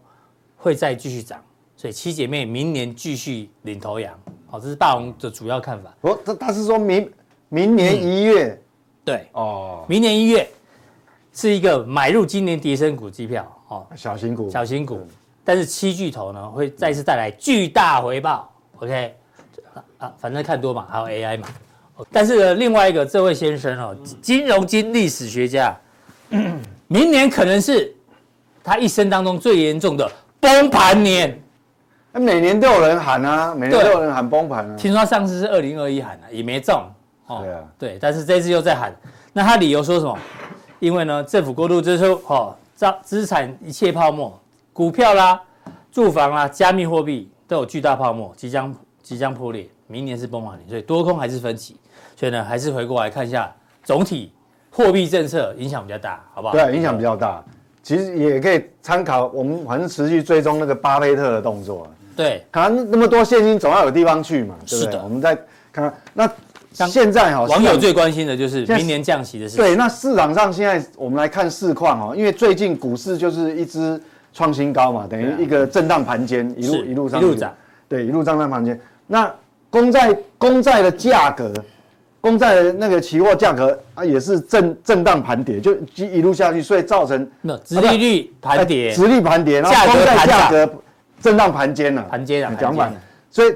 会再继续涨，所以七姐妹明年继续领头羊，好、这是霸王的主要看法。我他他是说明明年一月对，哦，明年一月是一个买入今年跌升股机票哦，小型股，小型股，但是七巨头呢会再次带来巨大回报。OK，啊，反正看多嘛，还有 AI 嘛。但是呢另外一个这位先生哦，金融经历史学家，明年可能是他一生当中最严重的崩盘年。那每年都有人喊啊，每年对都有人喊崩盘啊，听说他上次是二零二一喊的、也没中。哦对啊对，但是这次又在喊，那他理由说什么？因为呢，政府过度支出，哦，造资产一切泡沫，股票啦、住房啊、加密货币都有巨大泡沫，即将即将破裂，明年是崩盘年，所以多空还是分歧。所以呢，还是回过来看一下总体货币政策影响比较大，好不好？对，影响比较大。其实也可以参考，我们反正持续追踪那个巴菲特的动作啊。对，可能那么多现金总要有地方去嘛，对不是对？的我们再看看那现在哈，网友市场最关心的就是在明年降息的事情。对，那市场上现在我们来看市况哦，因为最近股市就是一直创新高嘛，等于一个震荡盘间，一路啊是一路上一路去涨，对，一路上涨盘间。那公债公债的价格，公债的那个期货价格啊，也是震震荡盘跌，就一一路下去，所以造成那殖利率盘哎跌，殖利盘跌，然价格后公债盘价涨格震荡盘间了，盘间啊哎盘讲反间了，所以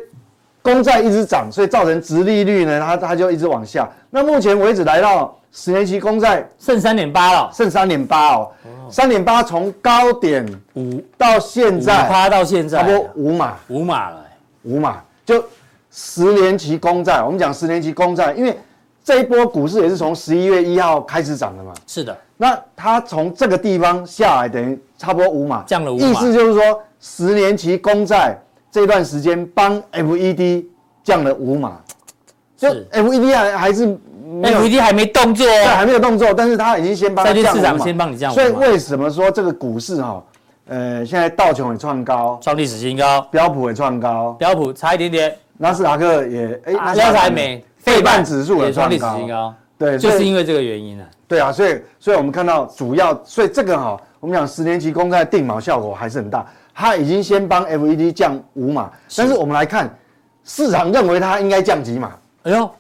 公债一直涨，所以造成殖利率呢，它它就一直往下。那目前为止来到十年期公债剩三点八了，剩三点八哦，三点八从高点五到现五在趴到现在差不多五码五码了、欸五码，就十年期公债。我们讲十年期公债，因为这一波股市也是从十一月一号开始涨的嘛。是的，那它从这个地方下来，等于差不多五码，降了五码意思就是说，十年期公债这段时间帮 FED 降了五码，就是 FED 还还是没有 f E d 还没动作对，还哦。没有动作，但是它已经先帮它债券降市了场嘛先帮你降所以了嘛为什么说这个股市哈、呃，现在道琼也创高，创历史新高，标普也创高，标普差一点点，纳斯达克也哎，啊纳斯达要克是还没，费半指数也也创创历史高，新高，对，就所是以因为这个原因啊。对啊，所以所以我们看到主要，所以这个哈、我们讲十年期公债定锚效果还是很大，它已经先帮 FED 降五码，但是我们来看市场认为它应该降几码，哎呦，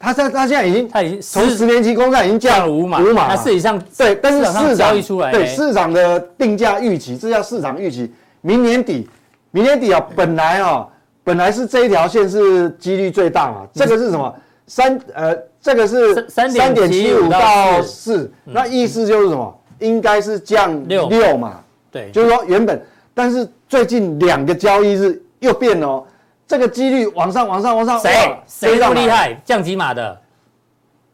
它现它现在已经它已经从十十年期公债已经降降了五码，五码它了，市以上对，但是市场上市场交易出来对嘞市场的定价预期，这叫市场预期。明年底，明年底啊，本来啊，本来是这一条线是几率最大嘛，这个是什么？三呃，这个是嗯三三点七五3.75到到四，那意思就是什么？应该是降六六嘛，嗯对，就是说原本，但是最近两个交易日又变了哦，这个几率往上往上往上，谁谁这么厉上来？害？降几码的？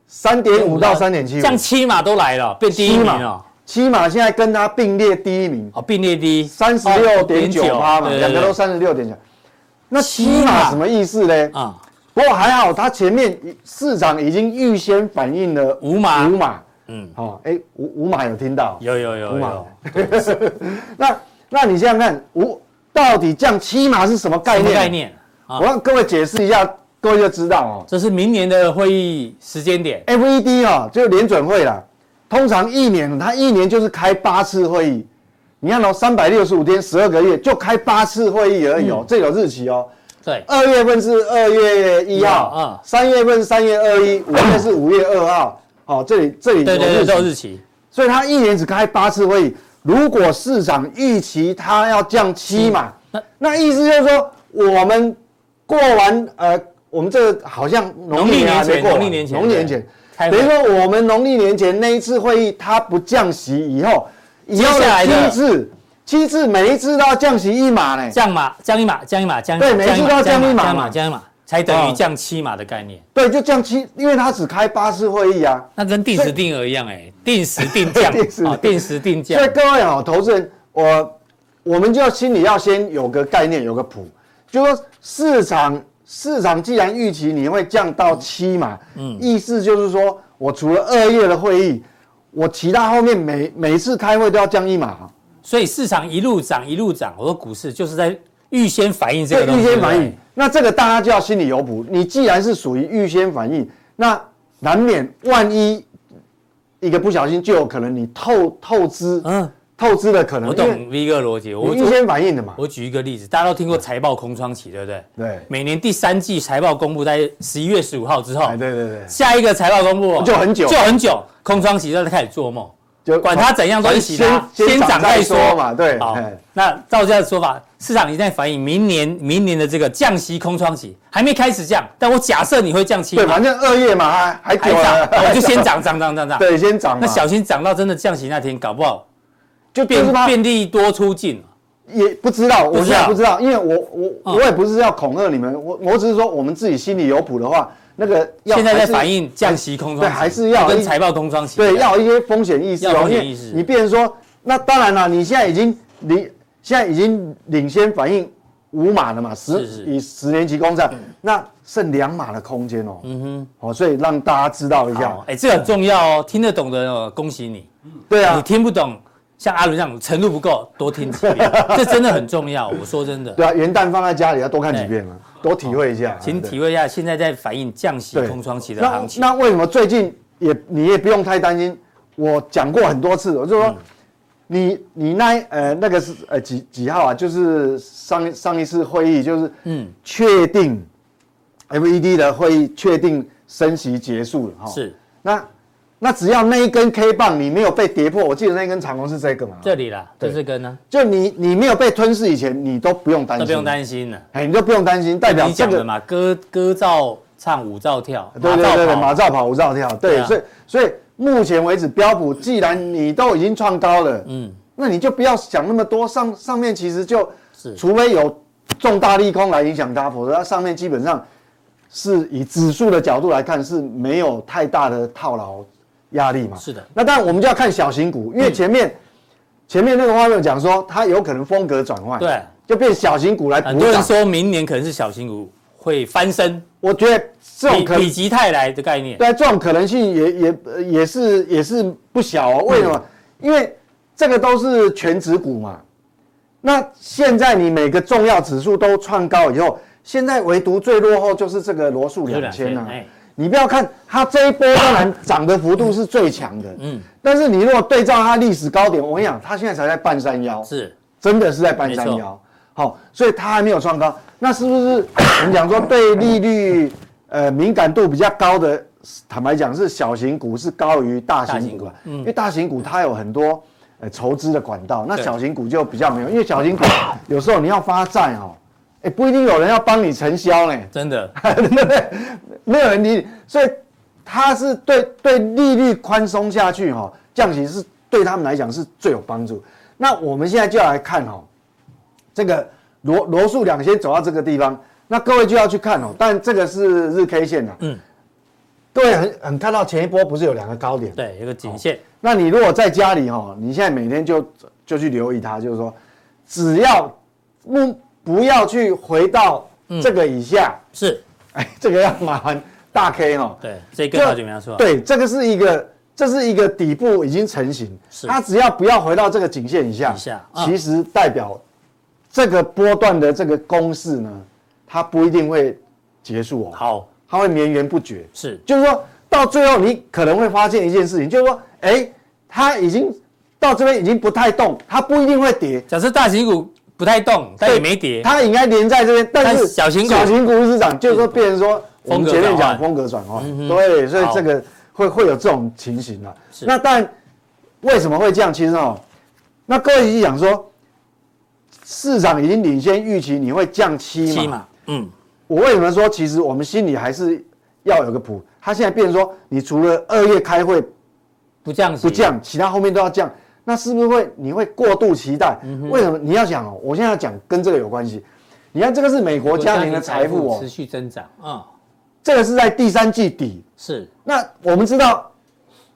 三点五到三点七五，降七码都来了，变第一名了。七马现在跟它并列第一名。哦，并列第一，哦三十六点九八嘛，对两个都对对三十六点九。那七七嘛码什么意思呢？啊，不过还好，它前面市场已经预先反映了五码五码，嗯，哦，哎，五五码有听到？有有有五码 (laughs) 有，。那那你想想看，五到底降七码是什么概什么念？概？念啊我？让各位解释一下，各位就知道哦。这是明年的会议时间点， FED 啊、哦，就是联准会啦，通常一年它一年就是开八次会议，你看哦，三百六十五天，十二个月就开八次会议而已哦，嗯这有日期哦。对，二月份是二月一嗯号，三月份三月二一，五月是五月二号。哦，这里这里对对有对，日都有期，日期，所以它一年只开八次会议。如果市场预期它要降七嘛，嗯那那那意思就是说，我们过完呃，我们这个好像农历年还没过完，农历年前农历年对前，开会等于说我们农历年前那一次会议它不降息以后，以后接下来的七次，七次每一次都要降息一码呢。降码降一码降一码降一码，对每一次都要降一码降一嘛码降一码，才等于哦降七码的概念。对，就降七，因为它只开八次会议啊。那跟定时定额一样哎，定时 (laughs) 定降定时啊，定时定降所以，各位好，投资人，我我们就心里要先有个概念，有个谱，就说市场市场既然预期你会降到七嘛，嗯，意思就是说我除了二月的会议，我其他后面每每次开会都要降一码啊，所以市场一路涨一路涨，我说股市就是在预先反映这这个东西预先反对不应对。那这个大家就要心里有谱，你既然是属于预先反应，那难免万一一个不小心就有可能你透透支，嗯，透支的可能，我因为懂 V 哥逻辑，我你预先反应的嘛。我举一个例子，大家都听过财报空窗期，对不对？对每年第三季财报公布在十一月十五号之后，哎，对对对，下一个财报公布哦就很久就很久，空窗期就开始做梦，就管它怎样都一起拿，先先涨再说嘛，对，好哎，那照这样的说法，市场已经在反映明年明年的这个降息空窗期还没开始降，但我假设你会降息对，，反正二月嘛，还还还久涨了，， (laughs) 那我就先涨涨涨涨涨。对，先涨那嘛。小心涨到真的降息那天，搞不好就变变是他变利多出尽了。也不知道，我不知道现在不知道，因为我我嗯我也不是要恐吓你们，我我只是说我们自己心里有谱的话，那个要现在在还是反映降息空窗期，对还是要跟一财报空窗期一样。对，要有一些风险意识要哦，风因险为意识你变成说，那当然了，你现在已经离现在已经领先反应五码了嘛，十是是以十年期公债，那剩两码的空间哦。嗯哼，哦，所以让大家知道一下好，，哎，这个很重要哦，听得懂的哦恭喜你，对啊你，听不懂，像阿伦这样程度不够，多听几 (laughs) 遍，这真的很重要。我说真的，对啊，元旦放在家里要多看几遍嘛，多体会一下，请对体会一下现在在反映降息对空窗期的那行情。那为什么最近也你也不用太担心？我讲过很多次，我就嗯说、你你那一呃那个是呃几几号啊？就是上一上一次会议就是嗯确定 FED 的会议确定升息结束了哈。是那那只要那一根 K 棒你没有被跌破，我记得那一根长红是这个嘛，这里啦，对就这根呢，啊就你你没有被吞噬以前，你都不用担都不心，用担心了。哎，你都不用担心，代表你这讲的个嘛，歌歌照唱，舞照跳，对马对照对对，跑马照跑，舞照跳。对，对啊，所以所以目前为止，标普既然你都已经创高了，嗯，那你就不要想那么多。上上面其实就是除非有重大利空来影响它，否则它上面基本上是以指数的角度来看是没有太大的套牢压力嘛。是的嗯那当然我们就要看小型股，因为前面、前面那个画面有讲说它有可能风格转换，对，就变小型股来很补多人涨。说明年可能是小型股会翻身，我觉得这种比可能比极泰来的概念。对，这种可能性也也呃也是也是不小哦。为什么？因为这个都是全指股嘛。那现在你每个重要指数都创高以后，现在唯独最落后就是这个罗素两千啊2000哎。你不要看它这一波，当然涨的幅度是最强的，嗯，但是你如果对照它历史高点，我跟你讲，它现在才在半山腰，是真的是在半山没腰。好、所以它还没有创高，那是不是 (coughs) 我们讲说对利率呃敏感度比较高的，坦白讲是小型股是高于大大型型股股嗯啊，因为大型股它有很多呃筹资的管道，那对小型股就比较没有，因为小型股有时候你要发债哦，哎、不一定有人要帮你承销呢，真 (laughs) 的，对不对？没有人理你，所以它是对对利率宽松下去哈、降息是对他们来讲是最有帮助。那我们现在就要来看哦，这个罗罗素两先走到这个地方，那各位就要去看哦。但这个是日 K 线的、嗯，各位很很看到前一波不是有两个高点？对，有个颈线，那你如果在家里哈，你现在每天就就去留意它，就是说，只要不不要去回到这个以下。是哎，这个要麻烦大 K 哦。对，这这，根好久没啊错，，对，这个是一个，这是一个底部已经成型，是它只要不要回到这个颈线以下，以下啊其实代表这个波段的这个攻势呢，它不一定会结束哦，好它会绵延不绝。是就是说到最后，你可能会发现一件事情，就是说，哎，它已经到这边已经不太动，它不一定会跌，假设大型股不太动，但对也没跌，它应该连在这边，但是但小型股小型股市场就是说变成说，我们前面讲风风格转换，对，所以嗯好这个会会有这种情形啊。那但为什么会这样？其实哦，那各位一想说，市场已经领先预期你会降七七嘛？嘛，嗯，我为什么说其实我们心里还是要有个谱？它现在变成说，你除了二月开会不降息，不降，其他后面都要降，那是不是会你会过度期待？嗯为什么？你要想哦，我现在要讲跟这个有关系。你看，这个是美国国家庭的财富持哦，续增长，嗯，这个是在第三季底。是哦那我们知道，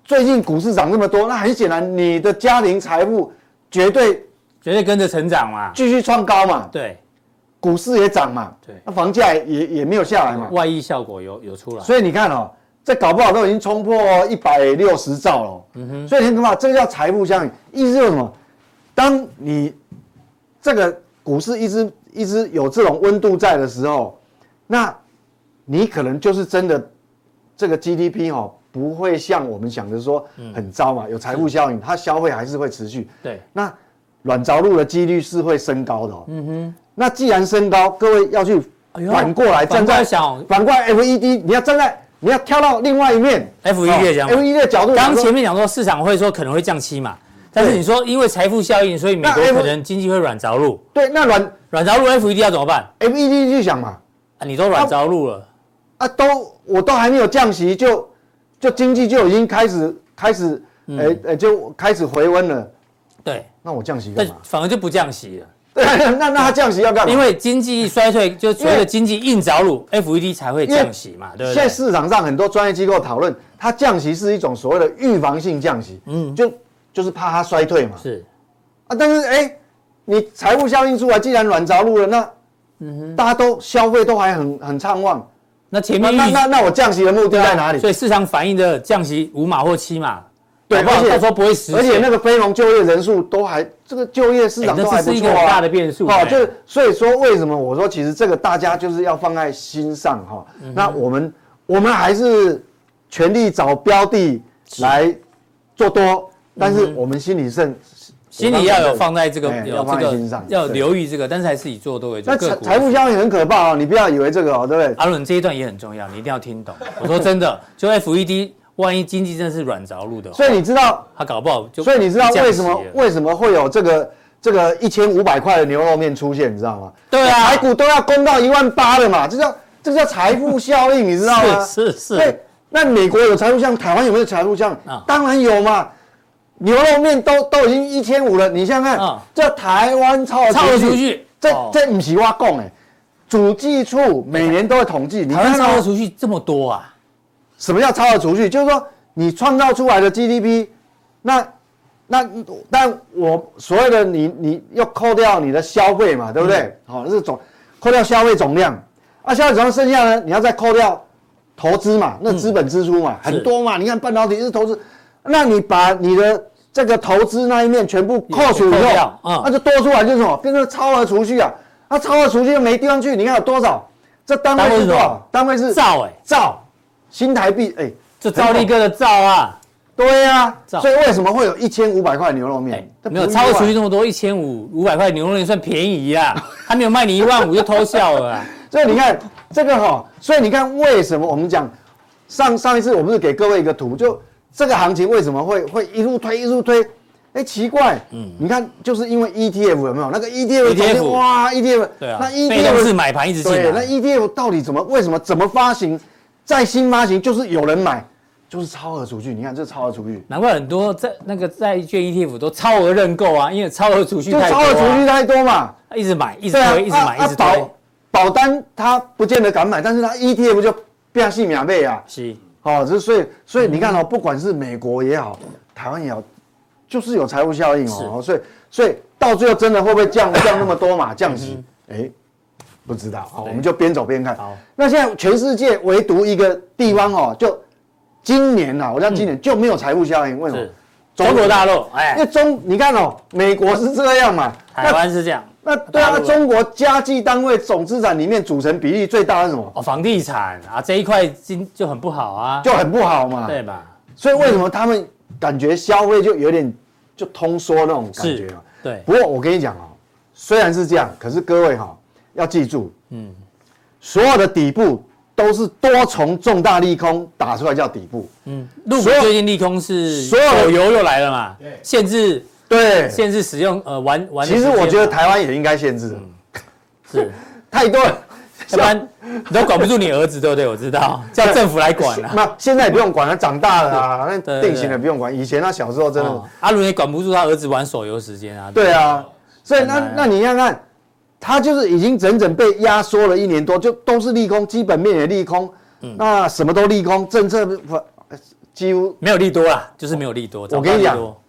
最近股市涨这么多，那很显然你的家庭财富绝对绝对跟着成长嘛，继续创高嘛，对，股市也涨嘛，对那房价也也没有下来嘛，外溢效果有有出来，所以你看哦，这搞不好都已经冲破一百六十兆了哦。嗯所以你很可怕，这个叫财富效应，意思就是什么？当你这个股市一直一直有这种温度在的时候，那你可能就是真的这个 GDP 哈、哦、不会像我们想的说很糟嘛，有财富效应，它消费还是会持续。嗯对，那软着陆的几率是会升高的、哦。嗯哼，那既然升高，各位要去哎呦反过来反过站在、来想反过来 FED，你要站在你要跳到另外一面哦 FED 的 E 讲法 FED 的角度刚来说，前面讲说市场会说可能会降息嘛，但是你说因为财富效应，所以美国那 F- 可能经济会软着陆，对，那软软着陆 FED 要怎么办？ FED 去想嘛，啊，你都软着陆了，啊，都我都还没有降息，就就经济就已经开始开始，嗯呃、呃，就开始回温了，对，那我降息干但嘛？反而就不降息了，对， (laughs) 那那他降息要干嘛？因为经济衰退，就所谓因为的经济硬着陆，FED 才会因为降息嘛，对不现对？在市场上很多专业机构讨论，它降息是一种所谓的预防性降息，嗯，就就是怕它衰退嘛。是啊，但是哎、你财务效应出来，既然软着陆了，那嗯大家都消费都还很很畅旺，那前那面那预那那我降息的目的在哪里？啊所以市场反映的降息五码或七码，对搞不好而且到时候不会实现。而且那个非农就业人数都还，这个就业市哎场那都还不这是一错个啊，很大的变数好，哎就是所以说为什么我说其实这个大家就是要放在心上哈。嗯那我们我们还是全力找标的来做多，但是我们心里慎，嗯心里要有放在这个哎有要这放在心个上要对留意这个，但是还是以做多为主。那个财股啊财务效应很可怕哦，你不要以为这个哦，对不对？阿伦这一段也很重要，你一定要听 (laughs) 懂。我说真的，就 FED，万一经济真的是软着陆的话，所以你知道，它搞不好就所以你知道降息为什么了为什么会有这个这个一千五百块的牛肉面出现，你知道吗？对啊台股都要攻到一万八了嘛，这叫这叫财富效应，你知道吗？是是是对，那美国有财富效应，台湾有没有财富效应？啊当然有嘛。牛肉面都都已经一千五了，你想想看，啊这台湾超超额储蓄这、哦这不是我讲哎，主计处每年都会统计，你台看湾哦到超额储蓄这么多啊？什么叫超额储蓄？就是说你创造出来的 GDP，那那但我所谓的你你要扣掉你的消费嘛，对不对？好、这是总扣掉消费总量，啊，消费总量剩下呢，你要再扣掉投资嘛，那资本支出嘛、是很多嘛，你看半导体是投资，那你把你的这个投资那一面全部扣除以也扣后掉，嗯那就多出来就是什么，变成超额储蓄啊，那、超额储蓄又没地方去，你看有多少？这单单位位是是多什么少？单位是造哎，兆，新台币，哎、就赵立个哥的赵啊，对呀、兆所以为什么会有一千五百块牛肉哎面？这不没有意超外额储蓄这么多，一千五五百块牛肉面算便宜啊， (laughs) 他没有卖你一万五就偷笑了啊。所以你看这个哈、所以你看为什么我们讲上上一次我不是给各位一个图，就这个行情为什么会会一路推一路推？哎，奇怪，嗯，你看就是因为 ETF 有没有那个 ETF 昨天 ETF 哇 ETF E 对啊那，被动 ETF 式买啊盘一直进对，那 E 来， ETF 到底怎么为什么怎么发行？再新发行就是有人买，就是超额储蓄，你看这超额储蓄。难怪很多在那个债券 ETF 都超额认购啊，因为超额储蓄就太多超啊额储蓄太多嘛，一直买，一直对啊，推，一直买，啊一啊直推保。保单他不见得敢买，但是他 ETF 就变细秒倍啊，是，哦，这所以所以你看哦，嗯不管是美国也好，台湾也好，就是有财务效应哦，所以所以到最后真的会不 (coughs) 会降降那么多嘛降息？哎，不知道，哦好，我们就边走边看。嗯好，那现在全世界唯独一个地方哦，就今年啊，我讲今年就没有财务效应，为什么嗯是？中国大陆，因为哎，中你看哦，美国是这样嘛，台湾是这样。那对啊，大那陆啊中国家计单位总资产里面组成比例最大是什么？哦，房地产啊这一块今就很不好啊，就啊很不好嘛。对吧？所以为什么他们感觉消费就有点就通缩那种感觉是嘛？，对，不过我跟你讲哦，虽然是这样，可是各位哈、要记住，嗯，所有的底部都是多重重大利空打出来叫底部，嗯，陆股所有最近利空是所有的手游又来了嘛，限制对。限制使用呃玩玩的其时实间嘛。我觉得台湾也应该限制了，是，啊太多了。嗯 (laughs) 要不 (laughs) 然你都管不住你儿子，对不对？我知道，叫政府来管啊。 (laughs) 那现在也不用管了，长大了啊，对对那定型的不用管。以前他小时候真的，哦阿伦也管不住他儿子玩手游时间啊。嗯对啊，所以很那难啊那你看看，它就是已经整整被压缩了一年多，就都是利空，基本面也利空，嗯那什么都利空，政策不呃几乎没有利多啦，就是没有利多。我跟找你讲不到利多，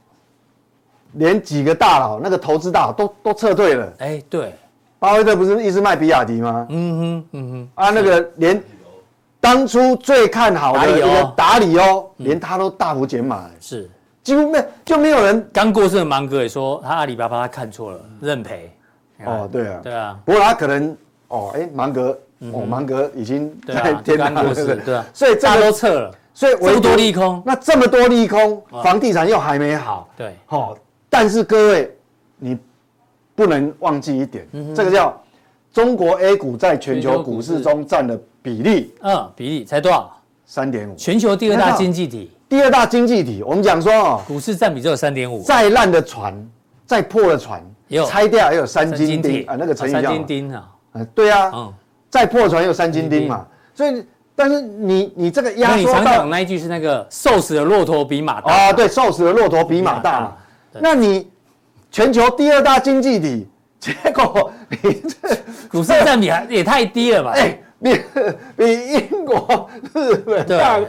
连几个大佬那个投资大佬都都撤退了。哎，对，巴菲特不是一直卖比亚迪吗？嗯哼，嗯哼，啊，那个连当初最看好达的里一欧个达里欧，嗯连他都大幅减码了，是。几乎没就没有人刚过世的芒格也说，他阿里巴巴他看错了，认赔。哦，对啊，哎对啊，不过他可能哦，哎，芒格。哦，芒格已经嗯对在啊，就天刚堂过了，世，对啊，所以这大家都个撤了，所以唯这么独多利空啊那这么多利空，房地产又还没好，对，好、但是各位，你不能忘记一点，嗯这个叫中国 A 股在全全球球股股市市中占的比例嗯，比例才多少？三点五，全球第二大经济体，第二大经济体。我们讲说哦，股市占比只有三点五，再烂的船，再破的船也有，拆掉也有三三斤体钉啊，那个成语三叫什金么？钉啊，呃对啊，嗯，再破船也有三斤钉嘛。所以，但是你你这个那压你缩常到讲那一句是那个瘦死的骆驼比马大，啊，对，瘦死的骆驼比马大嘛。那你全球第二大经济体， (laughs) 结果你这股市占比还也太低了吧？哎，你比英国、日本对大，很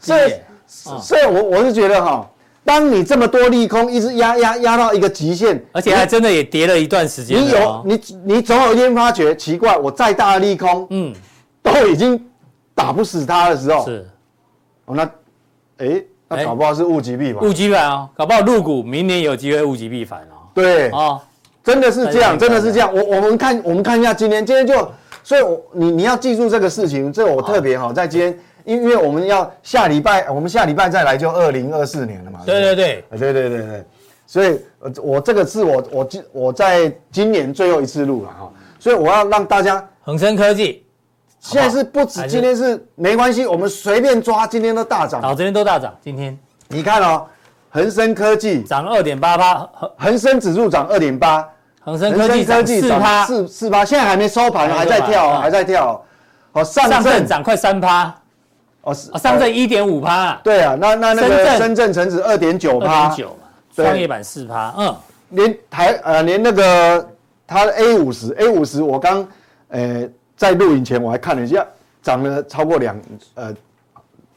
低所以耶，嗯所以我我是觉得哈，当你这么多利空一直压压压到一个极限，而且还真的也跌了一段时间你了有哦。你你总有一天发觉奇怪，我再大的利空，嗯，都已经打不死它的时候，是哦那，哎，哎那搞不好是物极必反物。极必反哦，搞不好入股明年有机会物极必反哦。对，哦，真的是这那样，就真的是这样。我我们看我们看一下今天，今天就，所以我你你要记住这个事情，这我特别哦好在今天，因因为我们要下礼拜，我们下礼拜再来就二零二四年了嘛。对对对，对对对对对，所以呃我这个是我我今我在今年最后一次录了哈，所以我要让大家恒生科技，现在是不止哦还是今天是没关系，我们随便抓，今天都大好，涨。这边都大涨，今天你看哦，恒生科技，涨二点八八，恒恒生指数涨二点八，恒生科技涨四趴，四四趴，现在还没收盘，还还没收盘在跳哦，嗯还在跳哦。哦，上上证证涨快三趴，哦，是啊上证哦一点五趴，对啊，那那那深个圳深圳成指二点九二趴点，九嘛，对创业板四趴，嗯，连台呃连那个它的 A 五十 A 五十，我刚呃在录影前我还看了一下，涨了超过两呃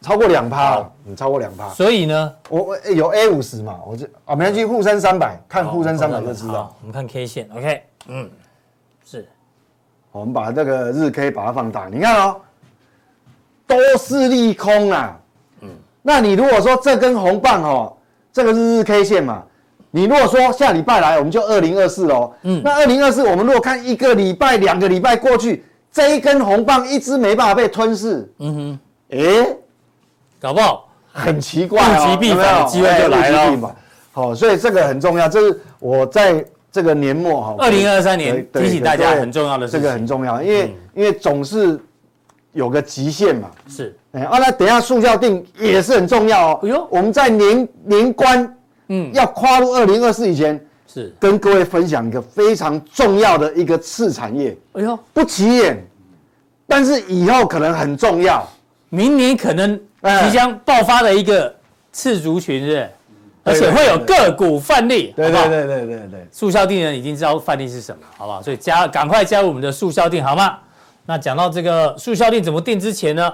超过两趴了，嗯超过两趴。所以呢，我我欸有 A 五十嘛，我这啊没关系，沪深三百看沪深三百就知道哦好。。我们看 K 线，OK，嗯，是好哦我们把这个日 K 把它放大，你看哦，都是利空啊。那你如果说这根红棒哦，这个是日 K 线嘛，你如果说下礼拜来，我们就二零二四喽。嗯，那二零二四我们如果看一个礼拜、两个礼拜过去，这一根红棒一直没办法被吞噬，嗯哼，诶、搞不好很奇怪、哦，物极必有没有反的机会就来了哎物极必反好，所以这个很重要，这是我在这个年末哈， 2023年对对提醒大家对很重要的事嗯这个很重要，因为、因为总是有个极限嘛。是哎，啊，那等一下速效定也是很重要哦。哎呦我们在年年关，嗯，要跨入二零二四以前，是，跟各位分享一个非常重要的一个次产业，哎呦，不起眼，但是以后可能很重要。明年可能哎即将爆发的一个次族群日，而且会有个股范例，好不好？对对对。速效定人已经知道范例是什么，好不好？所以加赶快加入我们的速效定，好吗？那讲到这个速效定怎么定之前呢，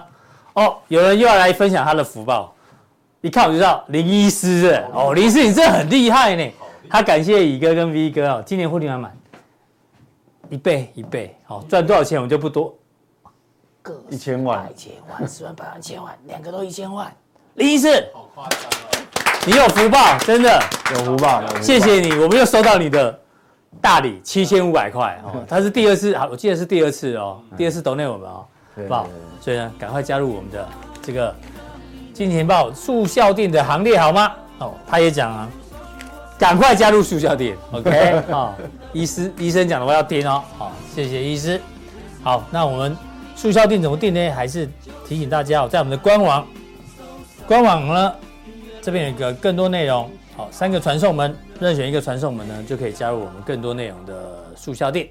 哦，有人又要来分享他的福报，一看我就知道林医师是哦，林医师你真的很厉害呢，他感谢乙哥跟 V 哥哦，今年获利满满，一倍一倍，好、赚多少钱我们就不多，个一千万百千万、十万、百万、千万，两个都一千万。林医师，你有福报，真的。有福报，有福报谢谢你，我们又收到你的大礼七千五百块嗯哦，他是第二次，好，我记得是第二次哦，第二次 d o 我们哦，好不好？所以呢，赶快加入我们的这个金钱豹速效店的行列，好吗？哦，他也讲啊，赶快加入速效店，OK (laughs) 哦，医师医生讲的话要听哦，好、谢谢医师。好，那我们速效店怎么定呢？还是提醒大家哦，在我们的官网，官网呢这边有一个更多内容，好，三个传送门，任选一个传送门呢，就可以加入我们更多内容的速效店。